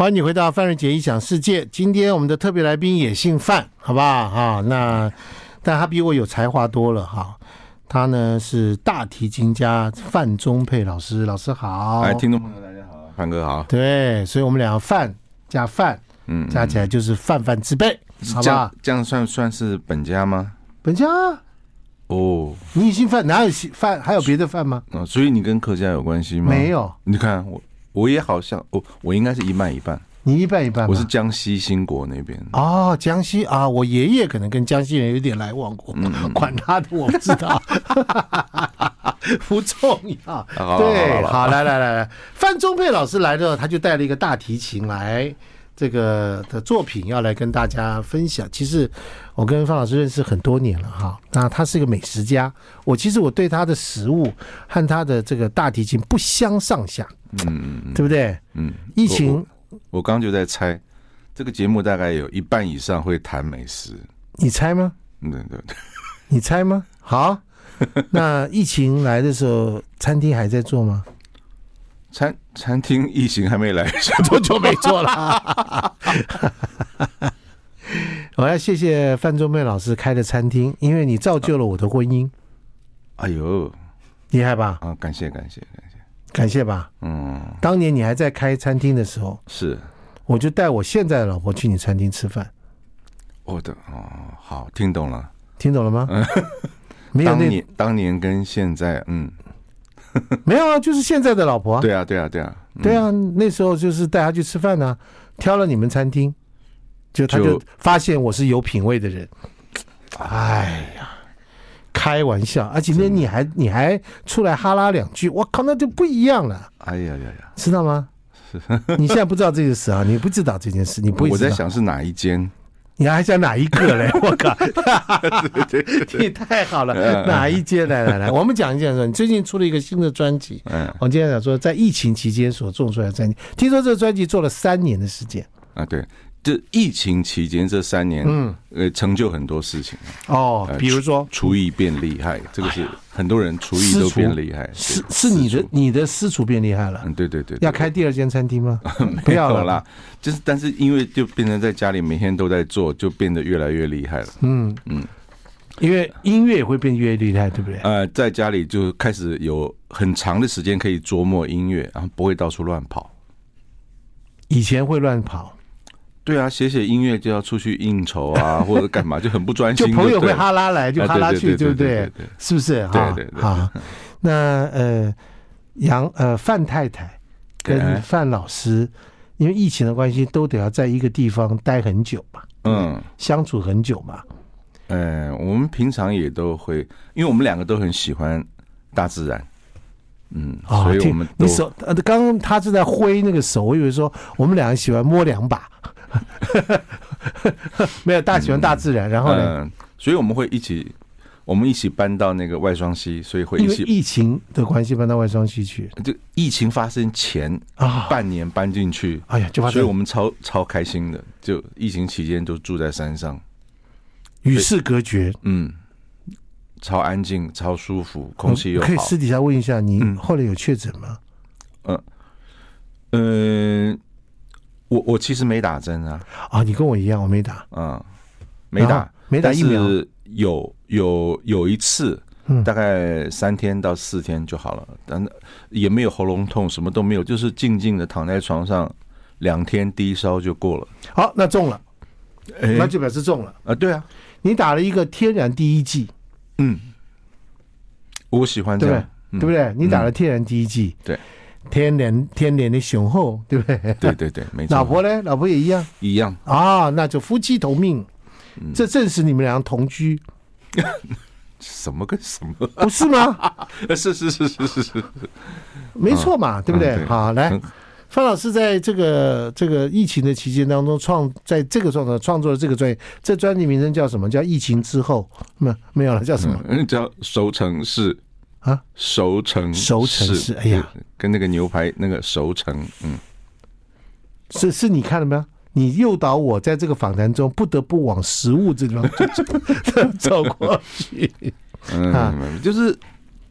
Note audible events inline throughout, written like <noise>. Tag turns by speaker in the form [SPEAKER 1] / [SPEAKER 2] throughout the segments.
[SPEAKER 1] 欢迎你回到范瑞杰一想世界。今天我们的特别来宾也姓范，好不好？哈、那但他比我有才华多了哈。他呢是大提琴家范宗沛老师，老师好。
[SPEAKER 2] 哎，听众朋友大家好，范哥好，
[SPEAKER 1] 对，所以我们两个范加范
[SPEAKER 2] 嗯，嗯
[SPEAKER 1] 加起来就是泛泛之辈，好
[SPEAKER 2] 这
[SPEAKER 1] 吧
[SPEAKER 2] 样？这样算算是本家吗？
[SPEAKER 1] 本家，
[SPEAKER 2] 哦，
[SPEAKER 1] 你姓范，哪有姓范？还有别的范吗？
[SPEAKER 2] 啊，所以你跟客家有关系吗？
[SPEAKER 1] 没，有，
[SPEAKER 2] 你看我我也好像我我应该是一半一半，
[SPEAKER 1] 你一半一半吧。
[SPEAKER 2] 我是江西兴国那边。
[SPEAKER 1] 哦，江西啊，我爷爷可能跟江西人有点来往
[SPEAKER 2] 嗯
[SPEAKER 1] 过， <laughs> 管他的，我不知道， <laughs> 不重要。
[SPEAKER 2] 好
[SPEAKER 1] 对，
[SPEAKER 2] 好好
[SPEAKER 1] 好，来来来来，范仲沛老师来了，他就带了一个大提琴来，这个的作品要来跟大家分享。其实我跟范老师认识很多年了哈，那他是一个美食家，我其实我对他的食物和他的这个大提琴不相上下，
[SPEAKER 2] 嗯嗯
[SPEAKER 1] 对不对？
[SPEAKER 2] 嗯，
[SPEAKER 1] 疫情
[SPEAKER 2] 我我刚就在猜，这个节目大概有一半以上会谈美食。
[SPEAKER 1] 你猜吗？
[SPEAKER 2] 嗯，对对对，
[SPEAKER 1] 你猜吗？ <laughs> 好，那疫情来的时候，餐厅还在做 <laughs> 吗？
[SPEAKER 2] 餐餐厅疫情还没来，
[SPEAKER 1] 多久没做了？ <laughs> 我要谢谢范仲沛老师开的餐厅，因为你造就了我的婚姻，
[SPEAKER 2] 哎呦
[SPEAKER 1] 厉害吧？
[SPEAKER 2] 啊，感谢感谢感谢，
[SPEAKER 1] 感谢吧。
[SPEAKER 2] 嗯，
[SPEAKER 1] 当年你还在开餐厅的时候，
[SPEAKER 2] 是
[SPEAKER 1] 我就带我现在的老婆去你餐厅吃饭，
[SPEAKER 2] 我的哦，好，听懂了。
[SPEAKER 1] 听懂了 <laughs> 吗？没有
[SPEAKER 2] 当
[SPEAKER 1] 那
[SPEAKER 2] 年当年跟现在，嗯，
[SPEAKER 1] 没有啊，就是现在的老婆啊。
[SPEAKER 2] 对啊，对啊，对啊，嗯
[SPEAKER 1] 对，啊，那时候就是带她去吃饭呢、挑了你们餐厅，就她就
[SPEAKER 2] 就
[SPEAKER 1] 发现我是有品味的人。哎呀，开玩笑！啊，今天你还你还出来哈拉两句，我靠，那就不一样了，
[SPEAKER 2] 哎呀呀呀，
[SPEAKER 1] 知道吗？你现在不知道这件事啊，你不知道这件事，你不会
[SPEAKER 2] 我
[SPEAKER 1] 知道。
[SPEAKER 2] 在想是哪
[SPEAKER 1] <laughs>
[SPEAKER 2] 一间？
[SPEAKER 1] 你还想哪一个嘞？我靠！你太好了，哪一间？来来来，我们讲一讲说，你最近出了一个新的专辑。
[SPEAKER 2] 嗯
[SPEAKER 1] 我今天想说，在疫情期间所种出来的专辑，听说这个专辑做了三年的时间。
[SPEAKER 2] 啊，对，这疫情期间这三年，嗯，呃，成就很多事情，
[SPEAKER 1] 哦
[SPEAKER 2] 呃，
[SPEAKER 1] 比如说，
[SPEAKER 2] 厨艺变厉害，这个是很多人厨艺
[SPEAKER 1] 哎私
[SPEAKER 2] 都
[SPEAKER 1] 厨
[SPEAKER 2] 变厉害，对
[SPEAKER 1] 是是你的，你的私厨变厉害了，
[SPEAKER 2] 嗯，对对对，对
[SPEAKER 1] 要开第二间餐厅吗？不
[SPEAKER 2] <laughs> 没
[SPEAKER 1] 要
[SPEAKER 2] 有
[SPEAKER 1] 了，
[SPEAKER 2] 啦，就是但是因为就变成在家里每天都在做，就变得越来越厉害了。
[SPEAKER 1] 嗯因为音乐也会变越厉害，对不对？
[SPEAKER 2] 呃，在家里就开始有很长的时间可以琢磨音乐，然后不会到处乱跑。
[SPEAKER 1] 以前会乱跑，
[SPEAKER 2] 对啊，写写音乐就要出去应酬啊，或者干嘛，就很不专
[SPEAKER 1] <laughs> 就
[SPEAKER 2] 心。
[SPEAKER 1] 朋友会
[SPEAKER 2] 对了
[SPEAKER 1] 哈拉来就哈拉去，对
[SPEAKER 2] 啊对
[SPEAKER 1] 不对
[SPEAKER 2] 对对对对对？
[SPEAKER 1] 是不是？哈
[SPEAKER 2] 对对对
[SPEAKER 1] 好，那呃，杨呃范太太跟
[SPEAKER 2] 对
[SPEAKER 1] 范老师，因为疫情的关系，都得要在一个地方待很久嘛，
[SPEAKER 2] 嗯，
[SPEAKER 1] 相处很久嘛。
[SPEAKER 2] 呃，我们平常也都会，因为我们两个都很喜欢大自然，嗯，
[SPEAKER 1] 哦
[SPEAKER 2] 所以
[SPEAKER 1] 听
[SPEAKER 2] 我们都
[SPEAKER 1] 你手呃，刚刚他是在挥那个手，我以为说我们两个喜欢摸两把， <laughs> 没有大喜欢大自然，然后呢，
[SPEAKER 2] 嗯，所以我们会一起，我们一起搬到那个外双溪，所以会
[SPEAKER 1] 因
[SPEAKER 2] 呃一
[SPEAKER 1] 为
[SPEAKER 2] 起。
[SPEAKER 1] 疫情的关系搬到外双溪去
[SPEAKER 2] 就疫情发生前
[SPEAKER 1] 啊，
[SPEAKER 2] 半年搬进去，
[SPEAKER 1] 哎呀，就发
[SPEAKER 2] 所以我
[SPEAKER 1] 生
[SPEAKER 2] 们超超开心的。就疫情期间都住在山上，
[SPEAKER 1] 与世隔绝。
[SPEAKER 2] 嗯，超安静，超舒服，空气又
[SPEAKER 1] 可以
[SPEAKER 2] 好。
[SPEAKER 1] 私底下问一下，你
[SPEAKER 2] 嗯
[SPEAKER 1] 后来有确诊吗？
[SPEAKER 2] 嗯，我我其实没打针啊，
[SPEAKER 1] 啊，你跟我一样，我没打，
[SPEAKER 2] 嗯，没打
[SPEAKER 1] 然后，啊没打疫苗
[SPEAKER 2] 但是有有有一次
[SPEAKER 1] 嗯，
[SPEAKER 2] 大概三天到四天就好了，但也没有喉咙痛，什么都没有，就是静静的躺在床上，两天低烧就过了。
[SPEAKER 1] 好，那中了，那
[SPEAKER 2] 哎，
[SPEAKER 1] 就表示中了。
[SPEAKER 2] 啊，对啊，
[SPEAKER 1] 你打了一个天然第一剂，
[SPEAKER 2] 嗯，我喜欢这
[SPEAKER 1] 对不对
[SPEAKER 2] 样，？
[SPEAKER 1] 对不对？你打了天然第一剂，
[SPEAKER 2] 嗯对，
[SPEAKER 1] 天然天然的雄厚，对不对？
[SPEAKER 2] 对对对，没错，
[SPEAKER 1] 老婆呢？老婆也一样
[SPEAKER 2] 一样，
[SPEAKER 1] 啊，那就夫妻同命，
[SPEAKER 2] 嗯
[SPEAKER 1] 这证实你们俩同居，
[SPEAKER 2] 什么跟什么，
[SPEAKER 1] 不是
[SPEAKER 2] <laughs>
[SPEAKER 1] 吗？
[SPEAKER 2] 是是是是
[SPEAKER 1] <laughs>
[SPEAKER 2] 是是，
[SPEAKER 1] 没错嘛，对不对？
[SPEAKER 2] 嗯对
[SPEAKER 1] 好，来
[SPEAKER 2] 嗯，
[SPEAKER 1] 范老师在这个这个疫情的期间当中创，在这个创作创作了这个专业，这专辑名称叫什么？叫疫情之后？没没有了，叫什么？
[SPEAKER 2] 嗯，叫熟成是
[SPEAKER 1] 啊，
[SPEAKER 2] 熟成
[SPEAKER 1] 熟成是哎呀，
[SPEAKER 2] 跟那个牛排那个熟成，嗯，
[SPEAKER 1] 是是你看了没有？你诱导我在这个访谈中不得不往食物这地方走走过去。啊 <laughs> 啊
[SPEAKER 2] 嗯嗯，就是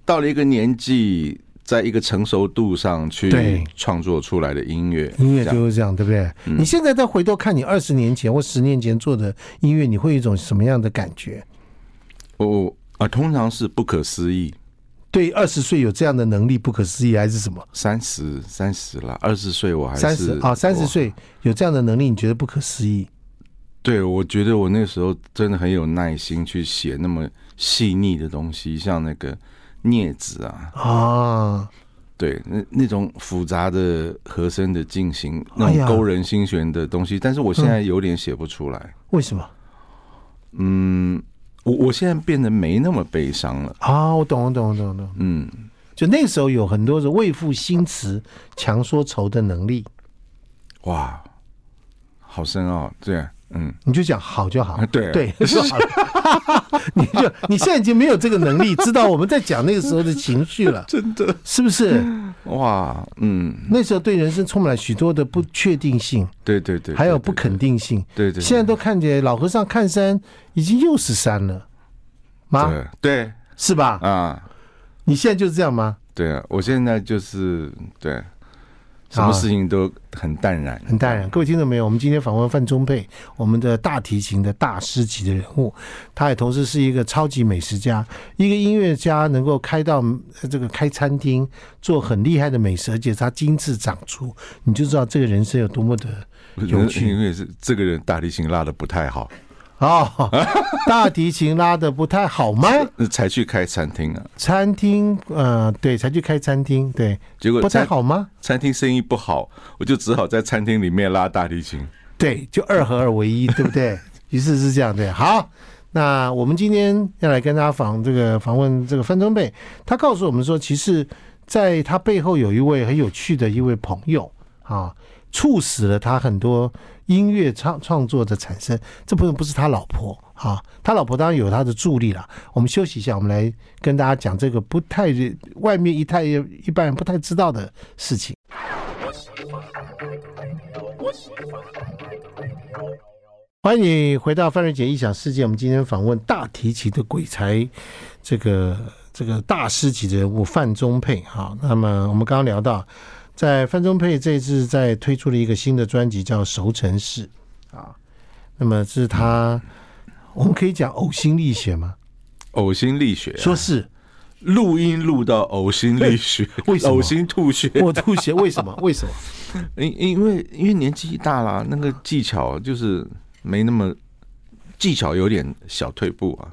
[SPEAKER 2] 到了一个年纪，在一个成熟度上
[SPEAKER 1] 对
[SPEAKER 2] 去创作出来的音乐，
[SPEAKER 1] 音乐
[SPEAKER 2] 这样
[SPEAKER 1] 就是这样，对不对？
[SPEAKER 2] 嗯
[SPEAKER 1] 你现在再回头看你二十年前或十年前做的音乐，你会有一种什么样的感觉？
[SPEAKER 2] 我我啊，通常是不可思议，
[SPEAKER 1] 对二十岁有这样的能力不可思议，还是什么？
[SPEAKER 2] 三十三十啦，二十岁我还是
[SPEAKER 1] 三十啊，三十，
[SPEAKER 2] 我
[SPEAKER 1] 岁有这样的能力，你觉得不可思议？
[SPEAKER 2] 对我觉得我那时候真的很有耐心去写那么细腻的东西，像那个镊子啊，
[SPEAKER 1] 啊，
[SPEAKER 2] 对，那那种复杂的和声的进行，那
[SPEAKER 1] 哎呀嗯
[SPEAKER 2] 种勾人心弦的东西，但是我现在有点写不出来。
[SPEAKER 1] 为什么
[SPEAKER 2] 嗯，我我现在变得没那么悲伤了。
[SPEAKER 1] 啊？我懂，我懂，我懂，我懂。
[SPEAKER 2] 嗯，
[SPEAKER 1] 就那时候有很多的为赋新词强说愁的能力，
[SPEAKER 2] 哇，好深奥，对，嗯，
[SPEAKER 1] 你就讲好就好
[SPEAKER 2] 啊，对
[SPEAKER 1] 对，就好了。 <laughs> 你就你现在已经没有这个能力，知道我们在讲那个时候的情绪了，
[SPEAKER 2] <laughs> 真的，
[SPEAKER 1] 是不是？
[SPEAKER 2] 哇，嗯，
[SPEAKER 1] 那时候对人生充满了许多的不确定性，
[SPEAKER 2] 对对对，
[SPEAKER 1] 还有
[SPEAKER 2] 对
[SPEAKER 1] 不，肯定性。
[SPEAKER 2] 对对对对，
[SPEAKER 1] 现在都看见老和尚看山，已经又是山了，妈
[SPEAKER 2] 对对
[SPEAKER 1] 是吧？
[SPEAKER 2] 啊，
[SPEAKER 1] 你现在就是这样吗？
[SPEAKER 2] 对啊，我现在就是对，啊什么事情都很淡然，
[SPEAKER 1] 很淡然。各位听众朋友，我们今天访问范中佩，我们的大提琴的大师级的人物，他也同时是一个超级美食家，一个音乐家，能够开到呃这个开餐厅，做很厉害的美食，而且他精致长出，你就知道这个人生有多么的有
[SPEAKER 2] 有
[SPEAKER 1] 趣
[SPEAKER 2] 因为是这个人大提琴拉的不太好，
[SPEAKER 1] 哦。大提琴拉的不太好吗？
[SPEAKER 2] 才去开餐厅啊，
[SPEAKER 1] 餐厅，呃，对，才去开餐厅，对，
[SPEAKER 2] 结果
[SPEAKER 1] 不太
[SPEAKER 2] 餐
[SPEAKER 1] 好吗？
[SPEAKER 2] 餐厅生意不好，我就只好在餐厅里面拉大提琴。
[SPEAKER 1] 对，就二合二为一，对不对？于是是这样对。好，那我们今天要来跟大家访这个访问这个范中贝，他告诉我们说，其实在他背后有一位很有趣的一位朋友啊，促使了他很多音乐创创作的产生。这朋友不是他老婆啊，他老婆当然有他的助力了。我们休息一下，我们来跟大家讲这个不太外面一太一般人不太知道的事情。欢迎你回到范瑞杰异想世界。我们今天访问大提琴的鬼才，这个这个大师级的人呃物范中佩。好，那么我们刚刚聊到，在范中佩这次在推出了一个新的专辑叫《熟成式》啊，那么这是他，我们可以讲呕心沥血 <laughs> 吗？
[SPEAKER 2] 呕心沥血、啊
[SPEAKER 1] 说是，
[SPEAKER 2] 录音录到呕心沥血
[SPEAKER 1] <laughs> 为什么
[SPEAKER 2] 呕心吐血？
[SPEAKER 1] 我吐血，为什么？为什么？
[SPEAKER 2] 因因为因为年纪大了，那个技巧就是没那么技巧有点小退步啊，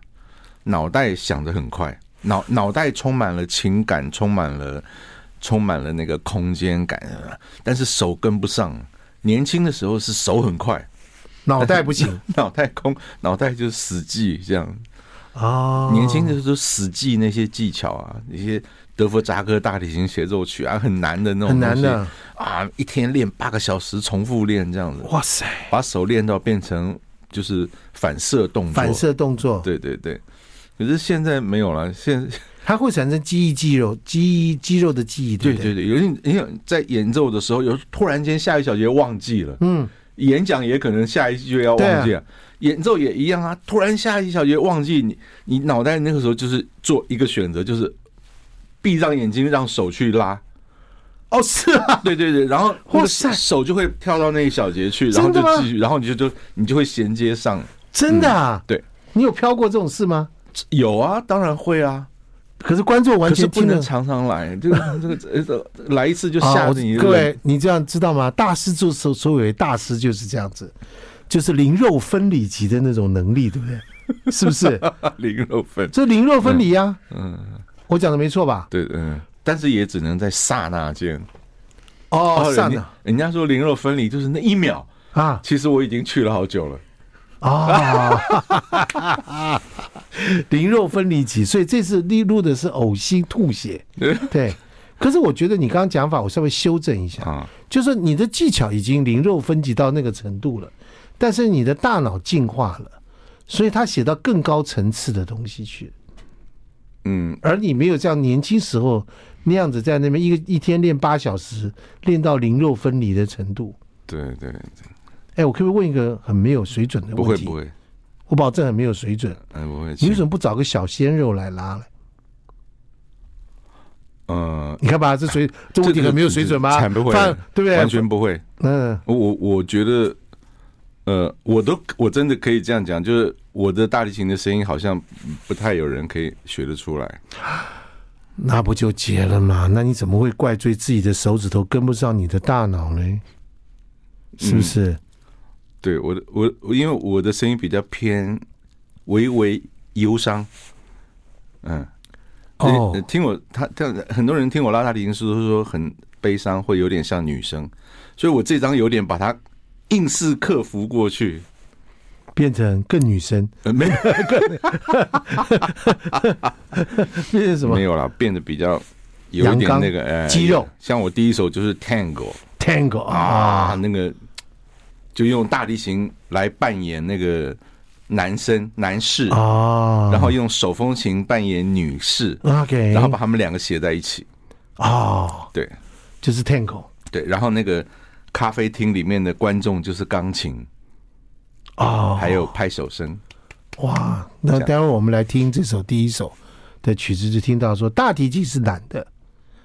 [SPEAKER 2] 脑袋想得很快，脑脑袋充满了情感，充满了充满了那个空间感，但是手跟不上。年轻的时候是手很快，
[SPEAKER 1] 脑袋不行
[SPEAKER 2] <laughs> 脑袋空，脑袋就是死记这样。
[SPEAKER 1] 啊 <laughs>
[SPEAKER 2] 年轻的时候死记那些技巧啊，那些德弗扎克大提琴协奏曲啊，很难的那种，
[SPEAKER 1] 很难的
[SPEAKER 2] 啊，一天练八个小时，重复练这样子，
[SPEAKER 1] 哇塞，
[SPEAKER 2] 把手练到变成就是反射动作，
[SPEAKER 1] 反，射动作，
[SPEAKER 2] 对对对。可是现在没有了，现
[SPEAKER 1] 它会产生记忆肌肉、记忆肌肉的记忆，对
[SPEAKER 2] 对
[SPEAKER 1] 不对？
[SPEAKER 2] 对对，有点你想在演奏的时候，有突然间下一小节忘记了，嗯，演讲也可能下一句要忘记
[SPEAKER 1] 对啊
[SPEAKER 2] 了，演奏也一样啊，突然下一小节忘记你，你脑袋那个时候就是做一个选择，就是闭上眼睛让手去拉，
[SPEAKER 1] 哦，是啊，
[SPEAKER 2] <laughs> 对对对，然后那
[SPEAKER 1] 哇
[SPEAKER 2] 个
[SPEAKER 1] 塞
[SPEAKER 2] 手就会跳到那一小节去，然后
[SPEAKER 1] 真的
[SPEAKER 2] 就
[SPEAKER 1] 吗
[SPEAKER 2] 继续，然后你就就你就会衔接上，
[SPEAKER 1] 真的啊。
[SPEAKER 2] 对，
[SPEAKER 1] 你有飘过这种事吗？
[SPEAKER 2] 有啊，当然会啊，
[SPEAKER 1] 可是观众完
[SPEAKER 2] 可是
[SPEAKER 1] 全
[SPEAKER 2] 不
[SPEAKER 1] 听得
[SPEAKER 2] 能常常来，
[SPEAKER 1] <laughs>
[SPEAKER 2] 这个这个这个来一次就吓
[SPEAKER 1] 我
[SPEAKER 2] 得你，
[SPEAKER 1] 各
[SPEAKER 2] <laughs>
[SPEAKER 1] 位，你这样知道吗？大师做所所谓大师就是这样子，就是灵肉分离级的那种能力，对不对？ <laughs> 是不是？
[SPEAKER 2] 零肉粉，
[SPEAKER 1] 这灵肉分离呀、
[SPEAKER 2] 嗯，
[SPEAKER 1] 我讲的没错吧？
[SPEAKER 2] 对，嗯，但是也只能在刹那间。
[SPEAKER 1] 哦，
[SPEAKER 2] 人
[SPEAKER 1] 上
[SPEAKER 2] 家
[SPEAKER 1] 了
[SPEAKER 2] 人家说灵肉分离就是那一秒，
[SPEAKER 1] 啊
[SPEAKER 2] 其实我已经去了好久了。 <laughs>
[SPEAKER 1] 啊！灵肉分离级，所以这次录录的是呕心吐血，对。可是我觉得你刚刚讲法，我稍微修正一下，
[SPEAKER 2] 啊，
[SPEAKER 1] 就是你的技巧已经灵肉分级到那个程度了，但是你的大脑进化了，所以他写到更高层次的东西去，
[SPEAKER 2] 嗯，
[SPEAKER 1] 而你没有这样年轻时候那样子在那边一个一天练八小时，练到灵肉分离的程度。
[SPEAKER 2] 对对，对
[SPEAKER 1] 哎，我可不可以问一个很没有水准的
[SPEAKER 2] 不会
[SPEAKER 1] 问题？
[SPEAKER 2] 不会，哎
[SPEAKER 1] 我保证很没有水准。
[SPEAKER 2] 嗯，不会。
[SPEAKER 1] 你为什么不找个小鲜肉来拉呢？
[SPEAKER 2] 呃，
[SPEAKER 1] 你看吧，这水这问题
[SPEAKER 2] 个
[SPEAKER 1] 很没有水准吧？
[SPEAKER 2] 惨不会
[SPEAKER 1] 放，对不对？
[SPEAKER 2] 完全不会。
[SPEAKER 1] 嗯
[SPEAKER 2] 我我我觉得，呃，我都我真的可以这样讲，就是我的大提琴的声音好像不太有人可以学得出来。
[SPEAKER 1] 那不就结了吗？那你怎么会怪罪自己的手指头跟不上你的大脑呢？是不是？
[SPEAKER 2] 对我的我我因为我的声音比较偏微微忧伤，嗯，
[SPEAKER 1] 哦
[SPEAKER 2] 呃听我他他很多人听我拉大提琴是都说很悲伤，会有点像女生，所以我这张有点把它硬是克服过去，
[SPEAKER 1] 变成更女生，
[SPEAKER 2] 呃， <laughs> 没
[SPEAKER 1] <laughs> 变成什么
[SPEAKER 2] 没有啦，变得比较有一
[SPEAKER 1] 阳刚
[SPEAKER 2] 点那个哎
[SPEAKER 1] 肌肉，
[SPEAKER 2] 像我第一首就是 Tango。
[SPEAKER 1] tango 啊？
[SPEAKER 2] 啊，那个就用大提琴来扮演那个男生男士，
[SPEAKER 1] 啊，
[SPEAKER 2] 然后用手风琴扮演女士，
[SPEAKER 1] OK，
[SPEAKER 2] 然后把他们两个写在一起。
[SPEAKER 1] 哦，
[SPEAKER 2] 对
[SPEAKER 1] 就是 tango
[SPEAKER 2] 对，然后那个咖啡厅里面的观众就是钢琴，
[SPEAKER 1] 哦，
[SPEAKER 2] 还有拍手声。嗯
[SPEAKER 1] 哇，那待会我们来听这首第一首的曲子，就听到说大提琴是男的，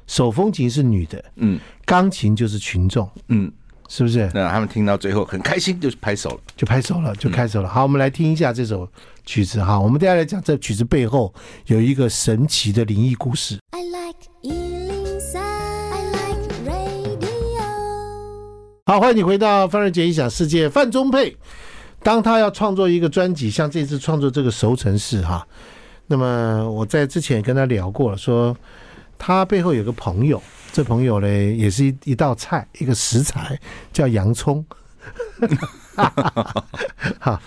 [SPEAKER 1] 手风琴是女的，
[SPEAKER 2] 嗯
[SPEAKER 1] 钢琴就是群众，
[SPEAKER 2] 嗯，
[SPEAKER 1] 是不是？
[SPEAKER 2] 那他们听到最后很开心，就是拍手了。
[SPEAKER 1] 就拍手了，就开手了。好，我们来听一下这首曲子哈。我们接下来讲这曲子背后有一个神奇的灵异故事。
[SPEAKER 3] I like Ealing Sound. I like radio.
[SPEAKER 1] 好，欢迎你回到范瑞杰音响世界。范中佩，当他要创作一个专辑，像这次创作这个《熟成式》哈，那么我在之前也跟他聊过了，说他背后有个朋友，这朋友嘞也是一一道菜，一个食材叫洋葱。 <laughs> 哈，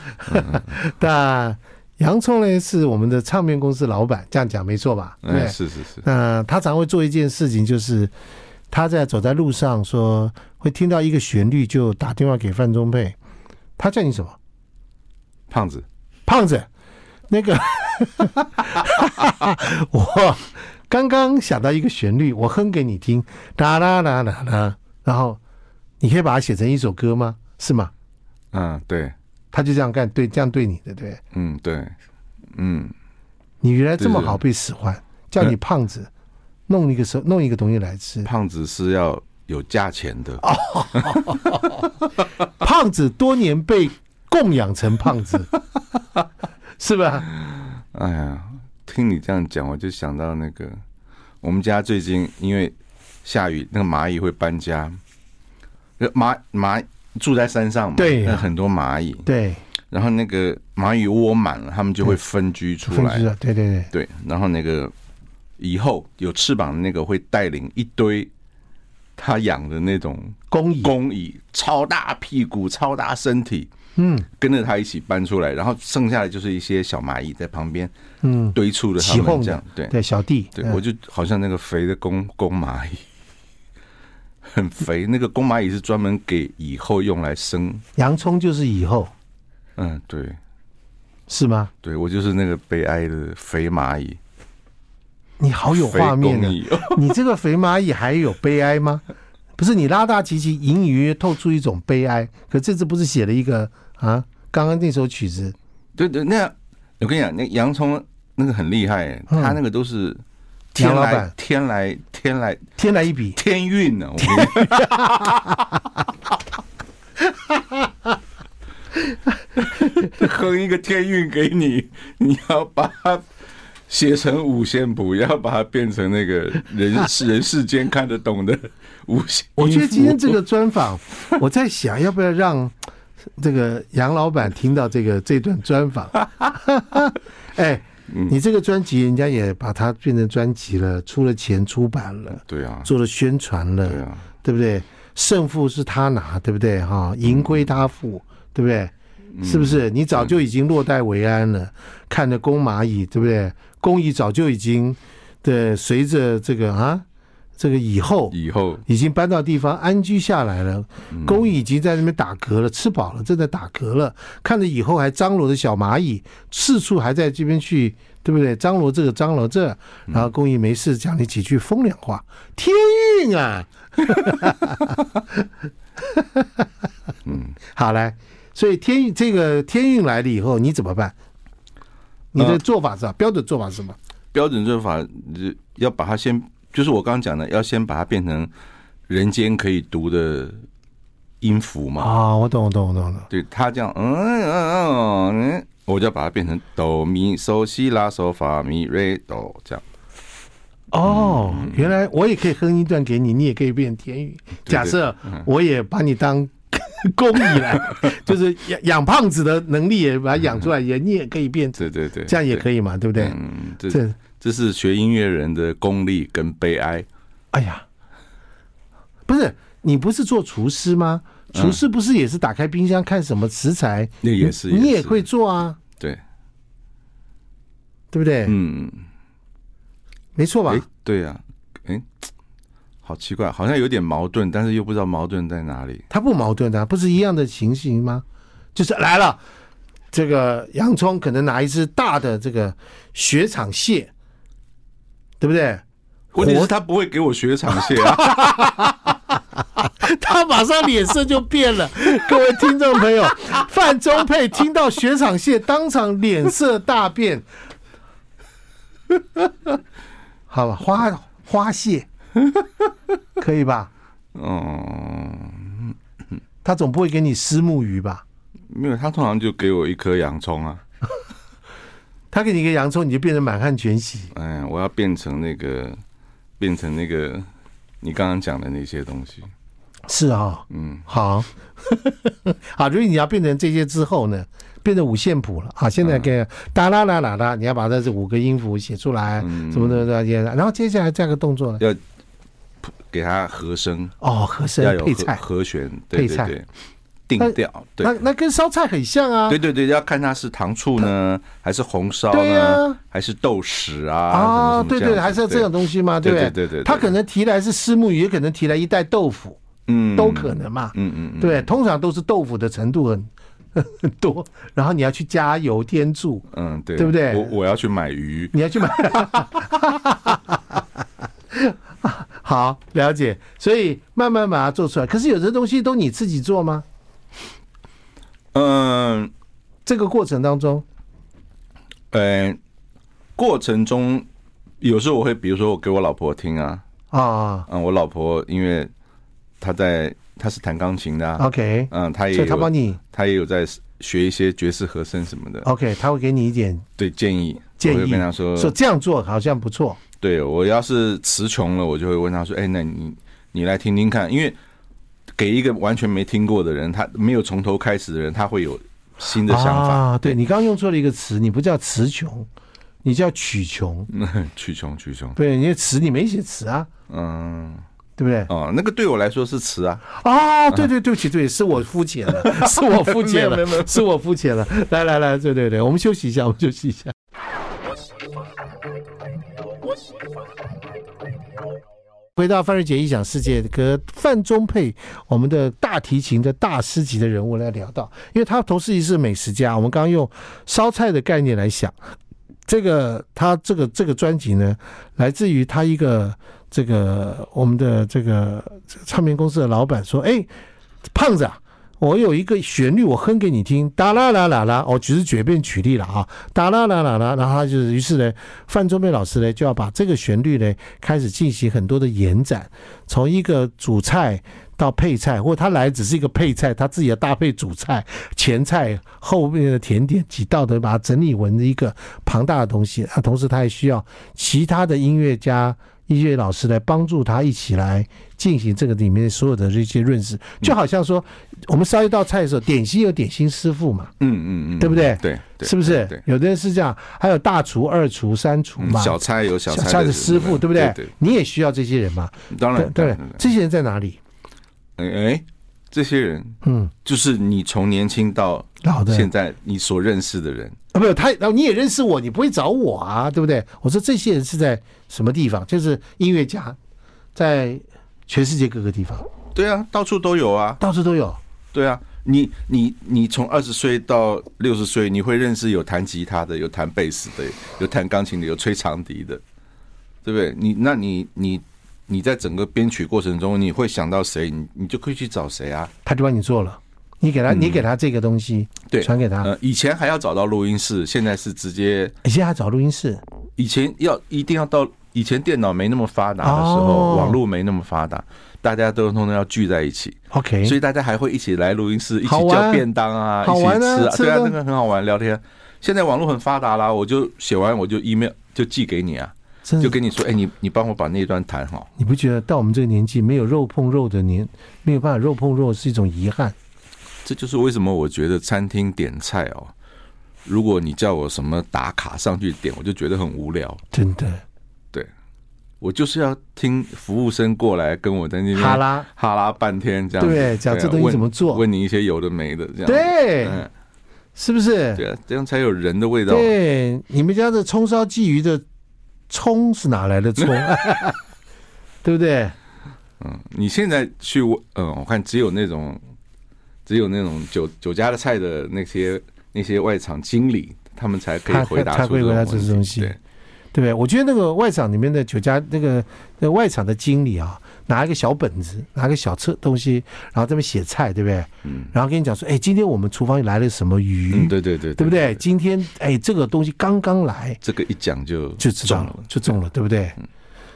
[SPEAKER 1] 那洋葱嘞是我们的唱片公司老板，这样讲没错吧？对不
[SPEAKER 2] 哎，
[SPEAKER 1] 对，
[SPEAKER 2] 是是是，
[SPEAKER 1] 那他常会做一件事情，就是他在走在路上说会听到一个旋律，就打电话给范宗沛。他叫你什么？
[SPEAKER 2] 胖子，
[SPEAKER 1] 胖子，那个 <laughs> 我刚刚想到一个旋律，我哼给你听，哒啦啦啦啦，然后你可以把它写成一首歌吗？是吗？
[SPEAKER 2] 嗯，对，
[SPEAKER 1] 他就这样干，对，这样对你的，对
[SPEAKER 2] 嗯对，嗯，
[SPEAKER 1] 你原来这么
[SPEAKER 2] 对对
[SPEAKER 1] 好被使唤，叫你胖子，弄一个手，弄一个东西来吃，
[SPEAKER 2] 胖子是要有价钱的。
[SPEAKER 1] 胖子多年被供养成胖 <laughs> 子，是吧？
[SPEAKER 2] 哎呀，听你这样讲，我就想到那个我们家最近因为下雨，那个蚂蚁会搬家，那蚂蚂住在山上嘛，
[SPEAKER 1] 对
[SPEAKER 2] 那很多蚂蚁，
[SPEAKER 1] 对，
[SPEAKER 2] 然后那个蚂蚁窝满了，它们就会分居出
[SPEAKER 1] 分
[SPEAKER 2] 来
[SPEAKER 1] 支，啊，对对对，
[SPEAKER 2] 对，然后那个以后有翅膀的那个会带领一堆他养的那种
[SPEAKER 1] 工蚁，
[SPEAKER 2] 工蚁，超大屁股、超大身体，
[SPEAKER 1] 嗯
[SPEAKER 2] 跟着他一起搬出来，然后剩下的就是一些小蚂蚁在旁边。
[SPEAKER 1] 嗯，
[SPEAKER 2] 堆出了他
[SPEAKER 1] 起
[SPEAKER 2] 们
[SPEAKER 1] 哄
[SPEAKER 2] 这
[SPEAKER 1] 的
[SPEAKER 2] 样，，对
[SPEAKER 1] 对，小弟，
[SPEAKER 2] 对，
[SPEAKER 1] 嗯
[SPEAKER 2] 我就好像那个肥的公公蚂蚁， <laughs> 很肥。那个公蚂蚁是专门给蚁后用来生，
[SPEAKER 1] 洋葱就是以后
[SPEAKER 2] 嗯，对，
[SPEAKER 1] 是吗？
[SPEAKER 2] 对我就是那个悲哀的肥蚂蚁，
[SPEAKER 1] 你好有
[SPEAKER 2] 肥
[SPEAKER 1] 画面啊
[SPEAKER 2] 公
[SPEAKER 1] 呢，
[SPEAKER 2] 蚁，
[SPEAKER 1] <laughs>
[SPEAKER 2] <laughs>
[SPEAKER 1] 你这个肥蚂蚁还有悲哀吗？不是，你拉大提琴隐隐约约透出一种悲哀，可这次不是写了一个啊？刚刚那首曲子
[SPEAKER 2] 对对，那我跟你讲，那洋葱那个很厉害、
[SPEAKER 1] 嗯
[SPEAKER 2] 他那个都是天
[SPEAKER 1] 杨老
[SPEAKER 2] 来
[SPEAKER 1] 板
[SPEAKER 2] 天来天来
[SPEAKER 1] 天来一笔，
[SPEAKER 2] 天运呢、我跟你讲，哼一个天运给你，你要把它写成五线谱，要把它变成那个人世人世间看得懂的五线。
[SPEAKER 1] 我觉得今天这
[SPEAKER 2] 音
[SPEAKER 1] 个专访， <laughs> 我在想要不要让这个杨老板听到这个这段专访。 <laughs> 哎，
[SPEAKER 2] 嗯
[SPEAKER 1] 你这个专辑人家也把它变成专辑了，出了钱出版了
[SPEAKER 2] 符，对啊，
[SPEAKER 1] 做了宣传
[SPEAKER 2] 对
[SPEAKER 1] 了，
[SPEAKER 2] 啊，
[SPEAKER 1] 对不对？胜负是他拿，对不对？
[SPEAKER 2] 嗯
[SPEAKER 1] 哈，赢归他负，对不对？是不是？你早就已经落袋为安了，看着公蚂蚁，对不对？公蚁早就已经的随着这个啊，这个以后
[SPEAKER 2] 以后
[SPEAKER 1] 已经搬到地方安居下来了，工蚁已经在那边打嗝了，吃饱了，正在打嗝了。看着以后还张罗的小蚂蚁，四处还在这边去，对不对？张罗这个，张罗这，然后工蚁没事讲你几句风凉话，天运啊！嗯， <laughs> 好来，所以天运这个天运来了以后，你怎么办？呃你的做法是吧？标准做法是什么？
[SPEAKER 2] 标准做法呃要把它先就是我刚刚讲的，要先把它变成人间可以读的音符嘛。
[SPEAKER 1] 啊，我懂，我懂，我懂了。
[SPEAKER 2] 对他这样，嗯嗯嗯嗯，我就要把它变成哆咪嗦西拉嗦发咪瑞哆这样。
[SPEAKER 1] 哦，原来我也可以哼一段给你，你也可以变天语。
[SPEAKER 2] 嗯对嗯
[SPEAKER 1] 假设我也把你当 <laughs> 公蚁
[SPEAKER 2] <laughs>
[SPEAKER 1] 来，就是养养胖子的能力也把它养出来，也你也可以变，
[SPEAKER 2] 对对对，
[SPEAKER 1] 这样也可
[SPEAKER 2] 以。
[SPEAKER 1] 以嘛，对不对？
[SPEAKER 2] 嗯，这
[SPEAKER 1] 这，
[SPEAKER 2] 这是学音乐人的功力跟悲哀。
[SPEAKER 1] 哎呀，不是你不是做厨师吗？厨师不是也是打开冰箱看什么食材？
[SPEAKER 2] 那嗯也是，
[SPEAKER 1] 你
[SPEAKER 2] 也
[SPEAKER 1] 也
[SPEAKER 2] 是
[SPEAKER 1] 会做啊，
[SPEAKER 2] 对，
[SPEAKER 1] 对不对？
[SPEAKER 2] 嗯，
[SPEAKER 1] 没错吧
[SPEAKER 2] 哎？，对呀，哎，好奇怪，好像有点矛盾，但是又不知道矛盾在哪里。
[SPEAKER 1] 它不矛盾的啊、不是一样的情形吗？就是来了，这个洋葱可能拿一只大的这个雪场蟹，对不对？
[SPEAKER 2] 问题
[SPEAKER 1] 活
[SPEAKER 2] 是，他不会给我雪场蟹啊。 <laughs>
[SPEAKER 1] 他马上脸色就变了。各位听众朋友，范中佩听到雪场蟹，当场脸色大变。好吧，花花蟹可以吧？
[SPEAKER 2] 嗯，
[SPEAKER 1] 他总不会给你虱目鱼吧？
[SPEAKER 2] 没有，他通常就给我一颗洋葱啊。
[SPEAKER 1] 他给你一个洋葱，你就变成满汉全席。
[SPEAKER 2] 哎呀，我要变成那个，变成那个你刚刚讲的那些东西。
[SPEAKER 1] 是啊、
[SPEAKER 2] 嗯，
[SPEAKER 1] 好， <laughs> 好，如果你要变成这些之后呢，变成五线谱了啊。现在
[SPEAKER 2] 嗯
[SPEAKER 1] 给哒啦啦啦啦，你要把这五个音符写出来，
[SPEAKER 2] 嗯
[SPEAKER 1] 什么的这些，然后接下来这个动作呢，
[SPEAKER 2] 要给他和声，
[SPEAKER 1] 哦，和
[SPEAKER 2] 要
[SPEAKER 1] 声
[SPEAKER 2] 有
[SPEAKER 1] 配
[SPEAKER 2] 和
[SPEAKER 1] 菜，
[SPEAKER 2] 和弦，对
[SPEAKER 1] 配
[SPEAKER 2] 对
[SPEAKER 1] 菜
[SPEAKER 2] 对，
[SPEAKER 1] 那
[SPEAKER 2] 定调，对
[SPEAKER 1] 那那跟烧菜很像啊。
[SPEAKER 2] 对对对，要看它是糖醋呢，还是红烧
[SPEAKER 1] 对
[SPEAKER 2] 呢
[SPEAKER 1] 呀，
[SPEAKER 2] 还是豆豉啊？
[SPEAKER 1] 啊，对对，还是要这种
[SPEAKER 2] 东，
[SPEAKER 1] 东西嘛，对不对？
[SPEAKER 2] 对对对对对
[SPEAKER 1] 他可能提来是虱目鱼，也可能提来一袋豆腐，
[SPEAKER 2] 嗯
[SPEAKER 1] 都可能嘛。
[SPEAKER 2] 嗯嗯嗯，
[SPEAKER 1] 对，通常都是豆腐的程度很 <laughs> 很多，然后你要去加油添醋，
[SPEAKER 2] 嗯对，
[SPEAKER 1] 对不对
[SPEAKER 2] 我我要去买鱼，
[SPEAKER 1] 你要去买。 <laughs> 好，了解。所以慢慢把它做出来。可是有的东西都你自己做吗？
[SPEAKER 2] 嗯，
[SPEAKER 1] 这个过程当中，
[SPEAKER 2] 呃，过程中有时候我会，比如说我给我老婆听啊，
[SPEAKER 1] 啊
[SPEAKER 2] 嗯，我老婆因为她在她是弹钢琴的啊，
[SPEAKER 1] ，OK，
[SPEAKER 2] 嗯，她也
[SPEAKER 1] 所以他
[SPEAKER 2] 有
[SPEAKER 1] 帮你
[SPEAKER 2] 她也有在学一些爵士和声什么的，
[SPEAKER 1] ，OK，他会给你一点
[SPEAKER 2] 对建议，
[SPEAKER 1] 建
[SPEAKER 2] 我
[SPEAKER 1] 议
[SPEAKER 2] 就跟她说，
[SPEAKER 1] 说这样做好像不错。
[SPEAKER 2] 对我要是词穷了，我就会问他说：“哎，那你你来听听看，因为给一个完全没听过的人，他没有从头开始的人，他会有新的想法。
[SPEAKER 1] 啊，对你刚刚用错了一个词，你不叫词穷，你叫曲穷。
[SPEAKER 2] 嗯， <laughs> 曲穷曲穷，
[SPEAKER 1] 对，因为词你没写词啊，
[SPEAKER 2] 嗯，
[SPEAKER 1] 对不对？
[SPEAKER 2] 哦，那个对我来说是词啊，
[SPEAKER 1] 啊，对对，对不起，对，是我肤浅
[SPEAKER 2] <laughs>
[SPEAKER 1] 了，是我肤浅
[SPEAKER 2] 没有没有没
[SPEAKER 1] 了，
[SPEAKER 2] 有
[SPEAKER 1] 是我肤浅了。来来来，对对对，我们休息一下，我们休息一下。回到范瑞杰异想世界，跟范中佩，我们的大提琴的大师级的人物来聊到，因为他同时也是美食家。我们刚刚用烧菜的概念来想，这个他这个这个专辑呢，来自于他一个这个我们的这个这个唱片公司的老板说：“哎，胖子啊，我有一个旋律，我哼给你听，哒啦啦啦啦。”哦，只是随便举例了啊，哒啦啦啦啦。然后他就是，于是呢，范仲佩老师呢就要把这个旋律呢开始进行很多的延展，从一个主菜。到配菜，或者他来只是一个配菜，他自己的搭配主菜、前菜、后面的甜点几道的，把它整理为一个庞大的东西。啊，同时他也需要其他的音乐家、音乐老师来帮助他一起来进行这个里面所有的这些润饰，
[SPEAKER 2] 嗯
[SPEAKER 1] 就好像说我们烧一道菜的时候，点心有点心师傅嘛，
[SPEAKER 2] 嗯嗯嗯，
[SPEAKER 1] 对不对
[SPEAKER 2] 对，对
[SPEAKER 1] 是不是
[SPEAKER 2] 对，？
[SPEAKER 1] 有的人是这样，还有大厨、二厨、三厨
[SPEAKER 2] 嗯
[SPEAKER 1] 嘛，
[SPEAKER 2] 小菜有小菜
[SPEAKER 1] 的师傅，对不对？
[SPEAKER 2] 对，
[SPEAKER 1] 你也需要这些人嘛，
[SPEAKER 2] 对当
[SPEAKER 1] 对
[SPEAKER 2] 然，当
[SPEAKER 1] 对
[SPEAKER 2] 然，
[SPEAKER 1] 这些人在哪里？
[SPEAKER 2] 当然哎，哎这些人
[SPEAKER 1] 嗯，哦
[SPEAKER 2] 就是你从年轻到
[SPEAKER 1] 老的
[SPEAKER 2] 现在你所认识的人，
[SPEAKER 1] 啊，没有他，然后你也认识我，你不会找我啊，对不对？我说这些人是在什么地方？就是音乐家，在全世界各个地方，
[SPEAKER 2] 对啊，到处都有啊，
[SPEAKER 1] 到处都有。
[SPEAKER 2] 对啊，你你你从二十岁到六十岁，你会认识有弹吉他的，有弹贝斯的，有弹钢琴的，有吹长笛的，对不对？你那你你你在整个编曲过程中，你会想到谁，你你就可以去找谁啊。
[SPEAKER 1] 他就帮你做了。你给他，你给他这个东西，
[SPEAKER 2] 嗯对，
[SPEAKER 1] 传给他。
[SPEAKER 2] 呃，以前还要找到录音室，现在是直接，
[SPEAKER 1] 以前还找录音室，
[SPEAKER 2] 以前要一定要到以前电脑没那么发达的时候，
[SPEAKER 1] 哦
[SPEAKER 2] 网络没那么发达，大家都通通要聚在一起，
[SPEAKER 1] OK，
[SPEAKER 2] 所以大家还会一起来录音室，一
[SPEAKER 1] 好
[SPEAKER 2] 起
[SPEAKER 1] 玩
[SPEAKER 2] 叫便当啊，
[SPEAKER 1] 好
[SPEAKER 2] 一起
[SPEAKER 1] 玩啊
[SPEAKER 2] 吃啊，
[SPEAKER 1] 吃
[SPEAKER 2] 对啊，
[SPEAKER 1] 的
[SPEAKER 2] 那个很好玩，聊天。现在网络很发达啦，我就写完我就 email 就寄给你啊，
[SPEAKER 1] 真的
[SPEAKER 2] 就跟你说，哎，你你帮我把那段弹好。
[SPEAKER 1] 你不觉得到我们这个年纪没有肉碰肉的年，没有办法肉碰肉是一种遗憾？
[SPEAKER 2] 这就是为什么我觉得餐厅点菜哦，如果你叫我什么打卡上去点，我就觉得很无聊。
[SPEAKER 1] 真的，
[SPEAKER 2] 我就是要听服务生过来跟我在那边
[SPEAKER 1] 哈拉，
[SPEAKER 2] 哈拉半天这样子，
[SPEAKER 1] 对讲
[SPEAKER 2] 啊
[SPEAKER 1] 这东西
[SPEAKER 2] 问
[SPEAKER 1] 怎么做
[SPEAKER 2] 问你一些有的没的这样子，
[SPEAKER 1] 对
[SPEAKER 2] 嗯，
[SPEAKER 1] 是不是？
[SPEAKER 2] 对啊，这样才有人的味道。
[SPEAKER 1] 对，你们家的葱烧鲫鱼的葱是哪来的葱？ <laughs> 对不对？
[SPEAKER 2] 你现在去我，嗯，我看只有那种，只有那种酒酒家的菜的那些那些外场经理，他们才可以
[SPEAKER 1] 他
[SPEAKER 2] 回答
[SPEAKER 1] 他
[SPEAKER 2] 出
[SPEAKER 1] 会
[SPEAKER 2] 这
[SPEAKER 1] 回答
[SPEAKER 2] 种
[SPEAKER 1] 出
[SPEAKER 2] 问
[SPEAKER 1] 这
[SPEAKER 2] 题
[SPEAKER 1] 东西
[SPEAKER 2] 对，
[SPEAKER 1] 对不对？我觉得那个外场里面的酒家那个那个外场的经理啊，拿一个小本子，拿个小册东西，然后这边写菜，对不对？
[SPEAKER 2] 嗯
[SPEAKER 1] 然后跟你讲说，哎，今天我们厨房来了什么鱼，
[SPEAKER 2] 嗯，对对对，
[SPEAKER 1] 对不对？？今天哎，这个东西刚刚来
[SPEAKER 2] 这个一讲就
[SPEAKER 1] 就知道
[SPEAKER 2] 中
[SPEAKER 1] 了，就中了，对不嗯对？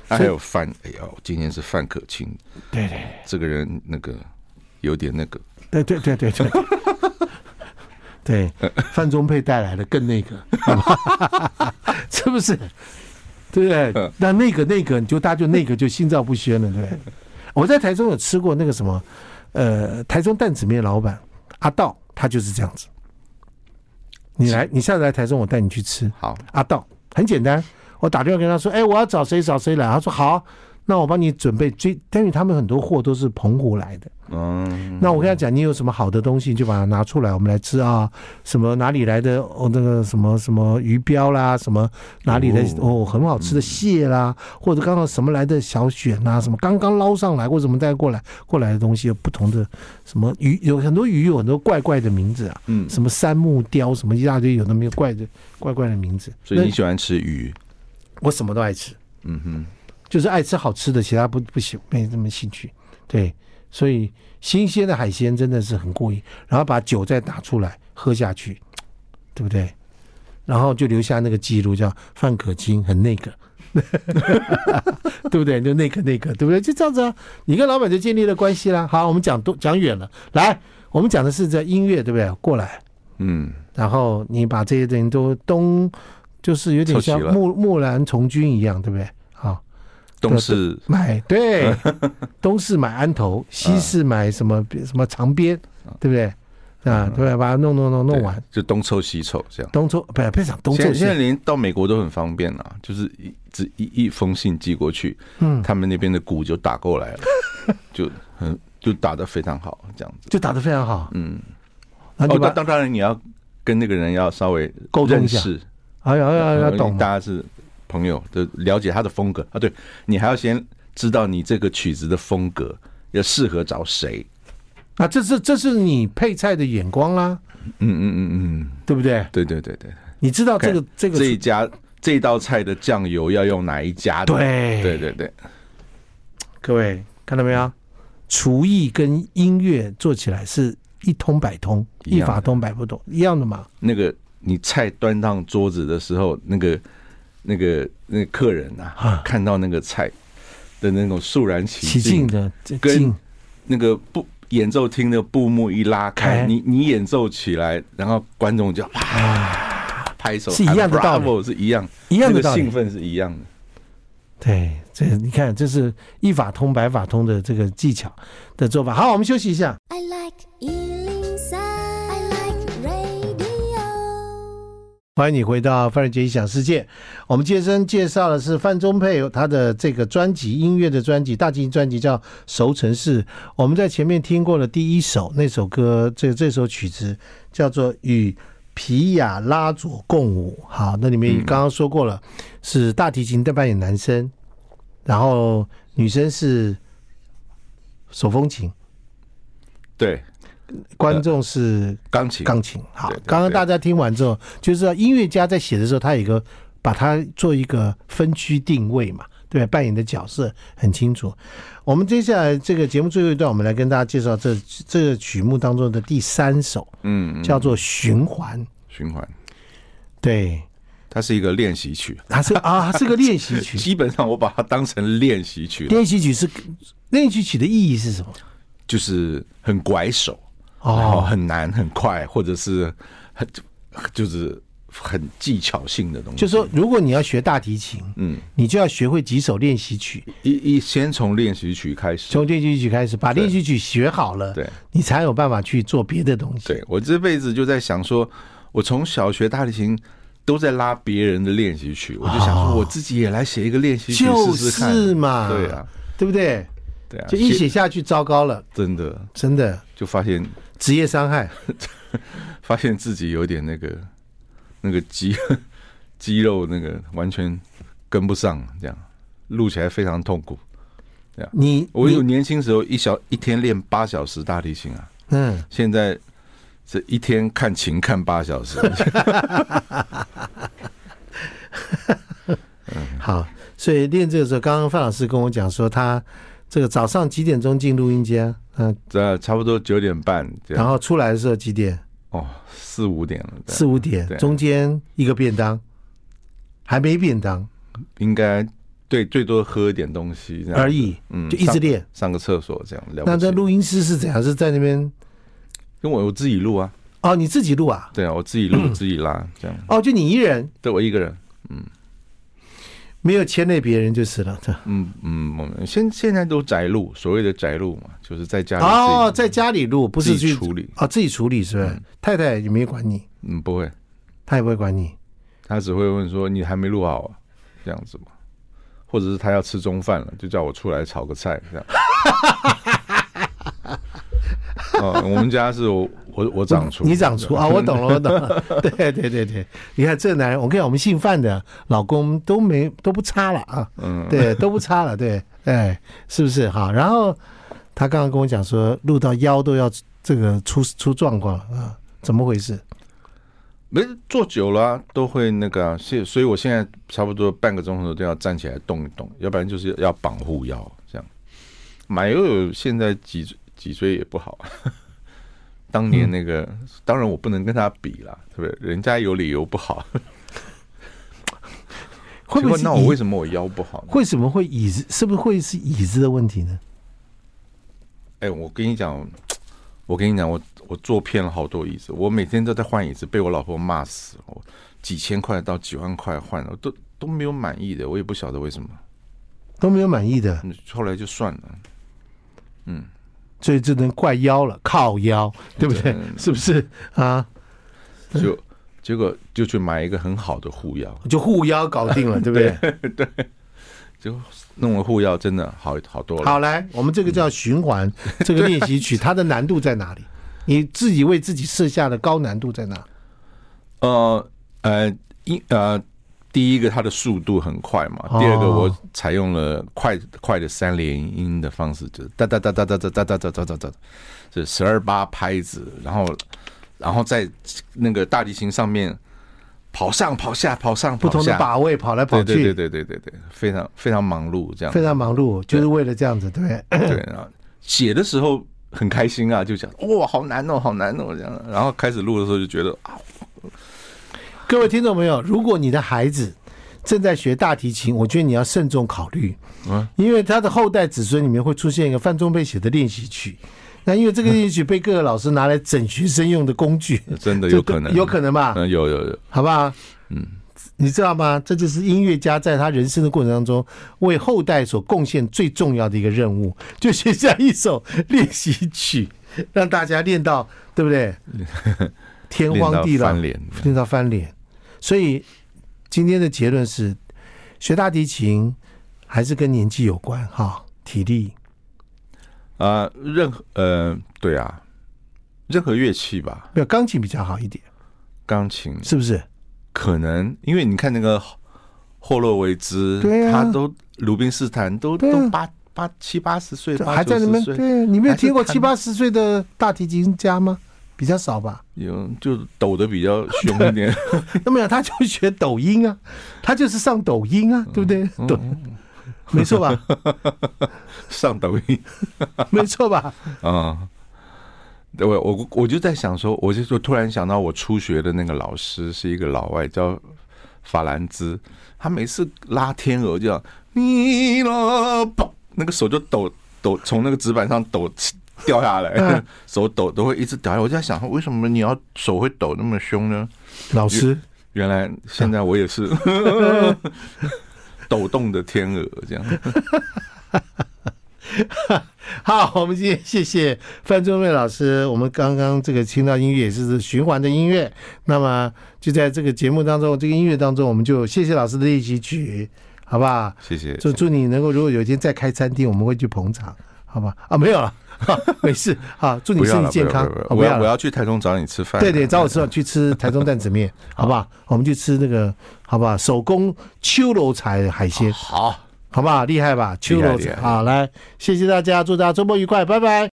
[SPEAKER 2] 那
[SPEAKER 1] 所
[SPEAKER 2] 还
[SPEAKER 1] 以
[SPEAKER 2] 有范，哎呀，今天是范可清，
[SPEAKER 1] 对对
[SPEAKER 2] 这个人那个有点那个，
[SPEAKER 1] 对对对对 <laughs> 对。对，范仲佩带来的更那个， <laughs> 好吧是不是？对不对
[SPEAKER 2] 嗯？
[SPEAKER 1] 那那个那个，你就大家就那个就心照不宣了，对不对？我在台中有吃过那个什么，呃，台中担子面老板阿道，他就是这样子。你来，你下次来台中，我带你去吃。
[SPEAKER 2] 好，
[SPEAKER 1] 阿道，很简单，我打电话跟他说，哎，我要找谁找谁来，他说好，那我帮你准备最，因为他们很多货都是澎湖来的，
[SPEAKER 2] 嗯，
[SPEAKER 1] 那我跟他讲，你有什么好的东西，你就把它拿出来，我们来吃啊。什么哪里来的哦，那个什么什么鱼标啦，什么哪里的哦
[SPEAKER 2] 哦
[SPEAKER 1] 很好吃的蟹啦，或者刚刚什么来的小选啦，什么刚刚捞上来或者什么带过来过来的东西，有不同的什么鱼，有很多鱼有很多怪怪的名字啊，
[SPEAKER 2] 嗯，
[SPEAKER 1] 什么三木雕，什么一大堆有的没有怪的怪怪的名字。
[SPEAKER 2] 所以你喜欢吃鱼，
[SPEAKER 1] 那我什么都爱吃。
[SPEAKER 2] 嗯哼，
[SPEAKER 1] 就是爱吃好吃的，其他不不行，没什么兴趣。对，所以新鲜的海鲜真的是很过瘾，然后把酒再打出来喝下去，对不对？然后就留下那个记录，叫范可清很那个， <laughs> 对不对？就那个那个，对不对？就这样子啊，你跟老板就建立了关系啦。好，我们讲多讲远了，来，我们讲的是这音乐，对不对？过来，
[SPEAKER 2] 嗯，
[SPEAKER 1] 然后你把这些东西都东，就是有点
[SPEAKER 2] 凑齐
[SPEAKER 1] 像
[SPEAKER 2] 了
[SPEAKER 1] 木木兰从军一样，对不对？好。
[SPEAKER 2] 东是
[SPEAKER 1] 买啊对，
[SPEAKER 2] <laughs>
[SPEAKER 1] 东市买安头，西市买什么什么长边，对不对？啊，对吧？把它弄弄弄弄完
[SPEAKER 2] 嗯对，就东凑西凑这样。
[SPEAKER 1] 东周不不想东
[SPEAKER 2] 现
[SPEAKER 1] 周
[SPEAKER 2] 在现在
[SPEAKER 1] 是
[SPEAKER 2] 连到美国都很方便啊，就是一只一一封信寄过去，
[SPEAKER 1] 嗯，
[SPEAKER 2] 他们那边的鼓就打过来了， <laughs> 就很就打得非常好，这样子。
[SPEAKER 1] 就打得非常好，
[SPEAKER 2] 嗯，
[SPEAKER 1] 然后
[SPEAKER 2] 哦，
[SPEAKER 1] 你把
[SPEAKER 2] 当当当然你要跟那个人要稍微
[SPEAKER 1] 沟通一
[SPEAKER 2] 认
[SPEAKER 1] 下
[SPEAKER 2] 识，
[SPEAKER 1] 哎呀要要
[SPEAKER 2] 然后
[SPEAKER 1] 懂嘛，
[SPEAKER 2] 大家是朋友，就了解他的风格啊。对你还要先知道你这个曲子的风格要适合找谁。
[SPEAKER 1] 啊，这是这是你配菜的眼光啦，
[SPEAKER 2] 嗯嗯嗯嗯，
[SPEAKER 1] 对不对？
[SPEAKER 2] 对对对对，
[SPEAKER 1] 你知道这个
[SPEAKER 2] 看
[SPEAKER 1] 这个
[SPEAKER 2] 这一家这一道菜的酱油要用哪一家的？
[SPEAKER 1] 对
[SPEAKER 2] 对对对，
[SPEAKER 1] 各位看到没有？厨艺跟音乐做起来是一通百通，
[SPEAKER 2] 一
[SPEAKER 1] 一
[SPEAKER 2] 样的
[SPEAKER 1] 法通百不通，一样的嘛。
[SPEAKER 2] 那个你菜端上桌子的时候，那个那个那个客人
[SPEAKER 1] 啊
[SPEAKER 2] 啊，看到那个菜的那种肃然
[SPEAKER 1] 起
[SPEAKER 2] 起
[SPEAKER 1] 劲
[SPEAKER 2] 敬，
[SPEAKER 1] 的这
[SPEAKER 2] 跟
[SPEAKER 1] 劲，
[SPEAKER 2] 那个布演奏厅的布幕一拉开，
[SPEAKER 1] 开
[SPEAKER 2] 你你演奏起来，然后观众就啪拍手，
[SPEAKER 1] 啊是一样的道理
[SPEAKER 2] ，Bravo, 是一样
[SPEAKER 1] 一样的
[SPEAKER 2] 那
[SPEAKER 1] 道
[SPEAKER 2] 个
[SPEAKER 1] 理
[SPEAKER 2] 兴奋是一样的。
[SPEAKER 1] 对，这你看，这是一法通百法通的这个技巧的做法。好，我们休息一下。
[SPEAKER 3] I like Ealing Sound. I like radio.
[SPEAKER 1] 欢迎你回到范仁杰异想世界。我们接着介绍的是范宗沛他的这个专辑，音乐的专辑，大提琴专辑叫《熟成式》。我们在前面听过了第一首那首歌，这这首曲子叫做《与皮亚拉佐共舞》。好，那里面刚刚说过了，是大提琴在扮演男生，然后女生是手风琴，
[SPEAKER 2] 对，
[SPEAKER 1] 观众是
[SPEAKER 2] 钢琴，
[SPEAKER 1] 钢琴。好
[SPEAKER 2] 对对，
[SPEAKER 1] 刚刚大家听完之后，就是说音乐家在写的时候，他有一个把它做一个分区定位嘛，对吧？扮演的角色很清楚。我们接下来这个节目最后一段，我们来跟大家介绍这这个曲目当中的第三首，
[SPEAKER 2] 嗯，嗯
[SPEAKER 1] 叫做《循环》。
[SPEAKER 2] 循环，
[SPEAKER 1] 对，
[SPEAKER 2] 它是一个练习曲，
[SPEAKER 1] 它是啊，它是个练习曲。
[SPEAKER 2] 基本上我把它当成练习曲，
[SPEAKER 1] 练习曲是练习曲的意义是什么？
[SPEAKER 2] 就是很拐手，然后
[SPEAKER 1] 哦，
[SPEAKER 2] 很难很快，或者是很就是很技巧性的东西。
[SPEAKER 1] 就说如果你要学大提琴，
[SPEAKER 2] 嗯，
[SPEAKER 1] 你就要学会几首练习曲，
[SPEAKER 2] 一一先从练习曲开始。
[SPEAKER 1] 从练习曲开始，把练习曲学好了，
[SPEAKER 2] 对，
[SPEAKER 1] 你才有办法去做别的东西。
[SPEAKER 2] 对我这辈子就在想说，我从小学大提琴都在拉别人的练习曲，我就想说我自己也来写一个练习曲
[SPEAKER 1] 哦就
[SPEAKER 2] 试试看。
[SPEAKER 1] 是嘛，
[SPEAKER 2] 对啊，，
[SPEAKER 1] 对不对？
[SPEAKER 2] 对啊，
[SPEAKER 1] 就一写下去，糟糕了，
[SPEAKER 2] 真的
[SPEAKER 1] 真的
[SPEAKER 2] 就发现
[SPEAKER 1] 职业伤害。
[SPEAKER 2] 发现自己有点那个那个肌 <laughs> 肌肉那个完全跟不上，这样录起来非常痛苦。
[SPEAKER 1] 你
[SPEAKER 2] 我有
[SPEAKER 1] 你
[SPEAKER 2] 年轻时候一小一天练八小时大提琴啊，
[SPEAKER 1] 嗯，
[SPEAKER 2] 现在这一天看琴看八
[SPEAKER 1] <laughs>
[SPEAKER 2] 小时，
[SPEAKER 1] 好，所以练这个时候，刚刚范老师跟我讲说，他这个早上几点钟进录音间？嗯，
[SPEAKER 2] 这啊差不多九点半这
[SPEAKER 1] 然
[SPEAKER 2] 样，
[SPEAKER 1] 后出来的时候几点？
[SPEAKER 2] 哦，四五点了，这样
[SPEAKER 1] 四五点，
[SPEAKER 2] 对啊
[SPEAKER 1] 中间一个便当，还没便当
[SPEAKER 2] 应该对最多喝一点东西这样
[SPEAKER 1] 而，已，
[SPEAKER 2] 嗯
[SPEAKER 1] 就一直练。
[SPEAKER 2] 上个厕所这样。了不
[SPEAKER 1] 那
[SPEAKER 2] 起
[SPEAKER 1] 在，录音师是怎样？是在那边
[SPEAKER 2] 因为我我自己录啊，
[SPEAKER 1] 哦，你自己录啊？
[SPEAKER 2] 对啊，我自
[SPEAKER 1] <clears throat>
[SPEAKER 2] 己录自己拉这样，
[SPEAKER 1] 哦，就你一人，
[SPEAKER 2] 对我一个人，
[SPEAKER 1] 没有牵累别人就是了。 <laughs> 这
[SPEAKER 2] 嗯嗯，我们现现在都宅录，所谓的宅录嘛，就是在家里自己
[SPEAKER 1] 哦，在家里录，不是
[SPEAKER 2] 自己
[SPEAKER 1] 去
[SPEAKER 2] 处理
[SPEAKER 1] 哦，自己处理是不是
[SPEAKER 2] 嗯？
[SPEAKER 1] 太太也没管你，
[SPEAKER 2] 嗯不会，
[SPEAKER 1] 她也不会管你。
[SPEAKER 2] 他只会问说你还没录好啊，这样子嘛，或者是他要吃中饭了，就叫我出来炒个菜这样。 <laughs> 哦，我们家是我我我长厨，
[SPEAKER 1] 你长
[SPEAKER 2] <laughs>
[SPEAKER 1] 出啊，我懂了，我懂了。 <laughs> 对对对对，你看这个男人，我跟你讲，我们姓范的老公都没都不差了啊，
[SPEAKER 2] 嗯，
[SPEAKER 1] 对，都不差了，对，哎，是不是好？然后他刚刚跟我讲说，录到腰都要这个出出状况了啊，怎么回事？
[SPEAKER 2] 没做久了啊、都会那个、啊，所以所以我现在差不多半个钟头都要站起来动一动，要不然就是要绑护腰这样。买又有现在脊脊椎也不好， <laughs> 当年那个、当然我不能跟他比啦，对不对？人家有理由不好，
[SPEAKER 1] 会不
[SPEAKER 2] 结
[SPEAKER 1] 会
[SPEAKER 2] 果
[SPEAKER 1] 是
[SPEAKER 2] 那我为
[SPEAKER 1] 椅
[SPEAKER 2] 什么我腰不好呢？
[SPEAKER 1] 为什么会椅子？是不是会是椅子的问题呢？
[SPEAKER 2] 哎、我跟你讲，我跟你讲，我我坐偏了好多椅子，我每天都在换椅子，被我老婆骂死了。我几千块到几万块换了，我都都没有满意的，我也不晓得为什么。
[SPEAKER 1] 都没有满意的，
[SPEAKER 2] 嗯后来就算了，
[SPEAKER 1] 所以只能怪腰了，靠腰，对不对？是不是啊？
[SPEAKER 2] 就结果就去买一个很好的护腰，
[SPEAKER 1] 就护腰搞定 <laughs> 了，对不对？
[SPEAKER 2] 结果弄了护腰真的好好多了。
[SPEAKER 1] 好，来，我们这个叫循环，这个练习曲，它的难度在哪里？你自己为自己设下的高难度在哪？
[SPEAKER 2] 呃呃，一呃，第一个它的速度很快嘛，第二个
[SPEAKER 1] 哦
[SPEAKER 2] 我采用了快快的三连音的方式，就是哒哒哒哒哒哒哒哒哒哒哒哒，这十二八拍子，然后然后在那个大提琴上面跑上跑下跑上
[SPEAKER 1] 不
[SPEAKER 2] 跑
[SPEAKER 1] 同的
[SPEAKER 2] 下，
[SPEAKER 1] 把位跑来跑
[SPEAKER 2] 对
[SPEAKER 1] 去，
[SPEAKER 2] 对对对对对对，非常非常忙碌
[SPEAKER 1] <laughs>
[SPEAKER 2] 这样
[SPEAKER 1] 非。常忙碌，就是为了这样子，对不 <laughs> 对？
[SPEAKER 2] 对啊，然后写的时候很开心啊，就讲哇，好难哦，好难哦这样。然后开始录的时候就觉得啊，
[SPEAKER 1] 各位听众朋友，如果你的孩子正在学大提琴，我觉得你要慎重考虑，
[SPEAKER 2] 嗯
[SPEAKER 1] 因为他的后代子孙里面会出现一个范仲被写的练习曲。那因为这个练习曲被各个老师拿来整学生用的工 <laughs> 具，
[SPEAKER 2] 真的
[SPEAKER 1] 这
[SPEAKER 2] 有可能，
[SPEAKER 1] 有可能啊吧？
[SPEAKER 2] 嗯，有有有，
[SPEAKER 1] 好不好？嗯，你知道吗？这就是音乐家在他人生的过程当中为后代所贡献最重要的一个任务，就写下一首练习曲，让大家练到，对不
[SPEAKER 2] <laughs>
[SPEAKER 1] 对？天荒地
[SPEAKER 2] 练到
[SPEAKER 1] 老
[SPEAKER 2] 翻，脸。
[SPEAKER 1] 练到翻脸。所以今天的结论是，学大提琴还是跟年纪有关哈，体力
[SPEAKER 2] 啊、任何呃，对啊，任何乐器吧，
[SPEAKER 1] 没有钢琴比较好一点，
[SPEAKER 2] 钢琴
[SPEAKER 1] 是不是？
[SPEAKER 2] 可能，因为你看那个霍洛维兹，
[SPEAKER 1] 对啊
[SPEAKER 2] 他都鲁宾斯坦都、
[SPEAKER 1] 对啊
[SPEAKER 2] 都八八七八十岁，八
[SPEAKER 1] 还在那
[SPEAKER 2] 九十
[SPEAKER 1] 边
[SPEAKER 2] 岁
[SPEAKER 1] 对，你没有
[SPEAKER 2] 还是
[SPEAKER 1] 听过
[SPEAKER 2] 弹
[SPEAKER 1] 七八十岁的大提琴家吗？比较少吧。
[SPEAKER 2] 有就抖的比较凶
[SPEAKER 1] <laughs>
[SPEAKER 2] 一点，
[SPEAKER 1] 那么讲，他就学抖音啊，他就是上抖音
[SPEAKER 2] 嗯
[SPEAKER 1] 啊，对不对？对， <laughs> 没错
[SPEAKER 2] <laughs>
[SPEAKER 1] 吧？
[SPEAKER 2] 上抖音。
[SPEAKER 1] 没错吧？
[SPEAKER 2] 啊、对我我我就在想说，我就就突然想到我初学的那个老师是一个老外，叫法兰兹，他每次拉天鹅就这样你了，砰那个手就抖抖，从那个纸板上抖掉下
[SPEAKER 1] 嗯
[SPEAKER 2] 来， <laughs> 手抖都会一直掉下来。我就在想，为什么你要手会抖那么凶呢？
[SPEAKER 1] 老师，
[SPEAKER 2] 原来现在我也是
[SPEAKER 1] 嗯
[SPEAKER 2] <laughs> 抖动的天鹅这样。
[SPEAKER 1] 好，我们今天谢谢范仲瑞老师。我们刚刚这个听到音乐也是循环的音乐，那么就在这个节目当中，这个音乐当中，我们就谢谢老师的练习曲，好不好？
[SPEAKER 2] 谢谢，
[SPEAKER 1] 就祝你能够，如果有一天再开餐厅，我们会去捧场，好吧？啊，没有了， <laughs> 哈没事啊，祝你
[SPEAKER 2] 不要
[SPEAKER 1] 身体健
[SPEAKER 2] 了，不要
[SPEAKER 1] 康
[SPEAKER 2] 了，不
[SPEAKER 1] 啊
[SPEAKER 2] 要了，我要
[SPEAKER 1] 了
[SPEAKER 2] 我要去台中找你吃饭。
[SPEAKER 1] 对对，找我吃饭去吃台中担子
[SPEAKER 2] <laughs>
[SPEAKER 1] 面，好不好？我们去吃那个，好不好？手工秋楼柴的海鲜，
[SPEAKER 2] 好。
[SPEAKER 1] 好不好？厉害吧？秋楼
[SPEAKER 2] 哦
[SPEAKER 1] 啊
[SPEAKER 2] 厉
[SPEAKER 1] 柴，
[SPEAKER 2] 害
[SPEAKER 1] 好来，谢谢大家，祝大家周末愉快，拜拜。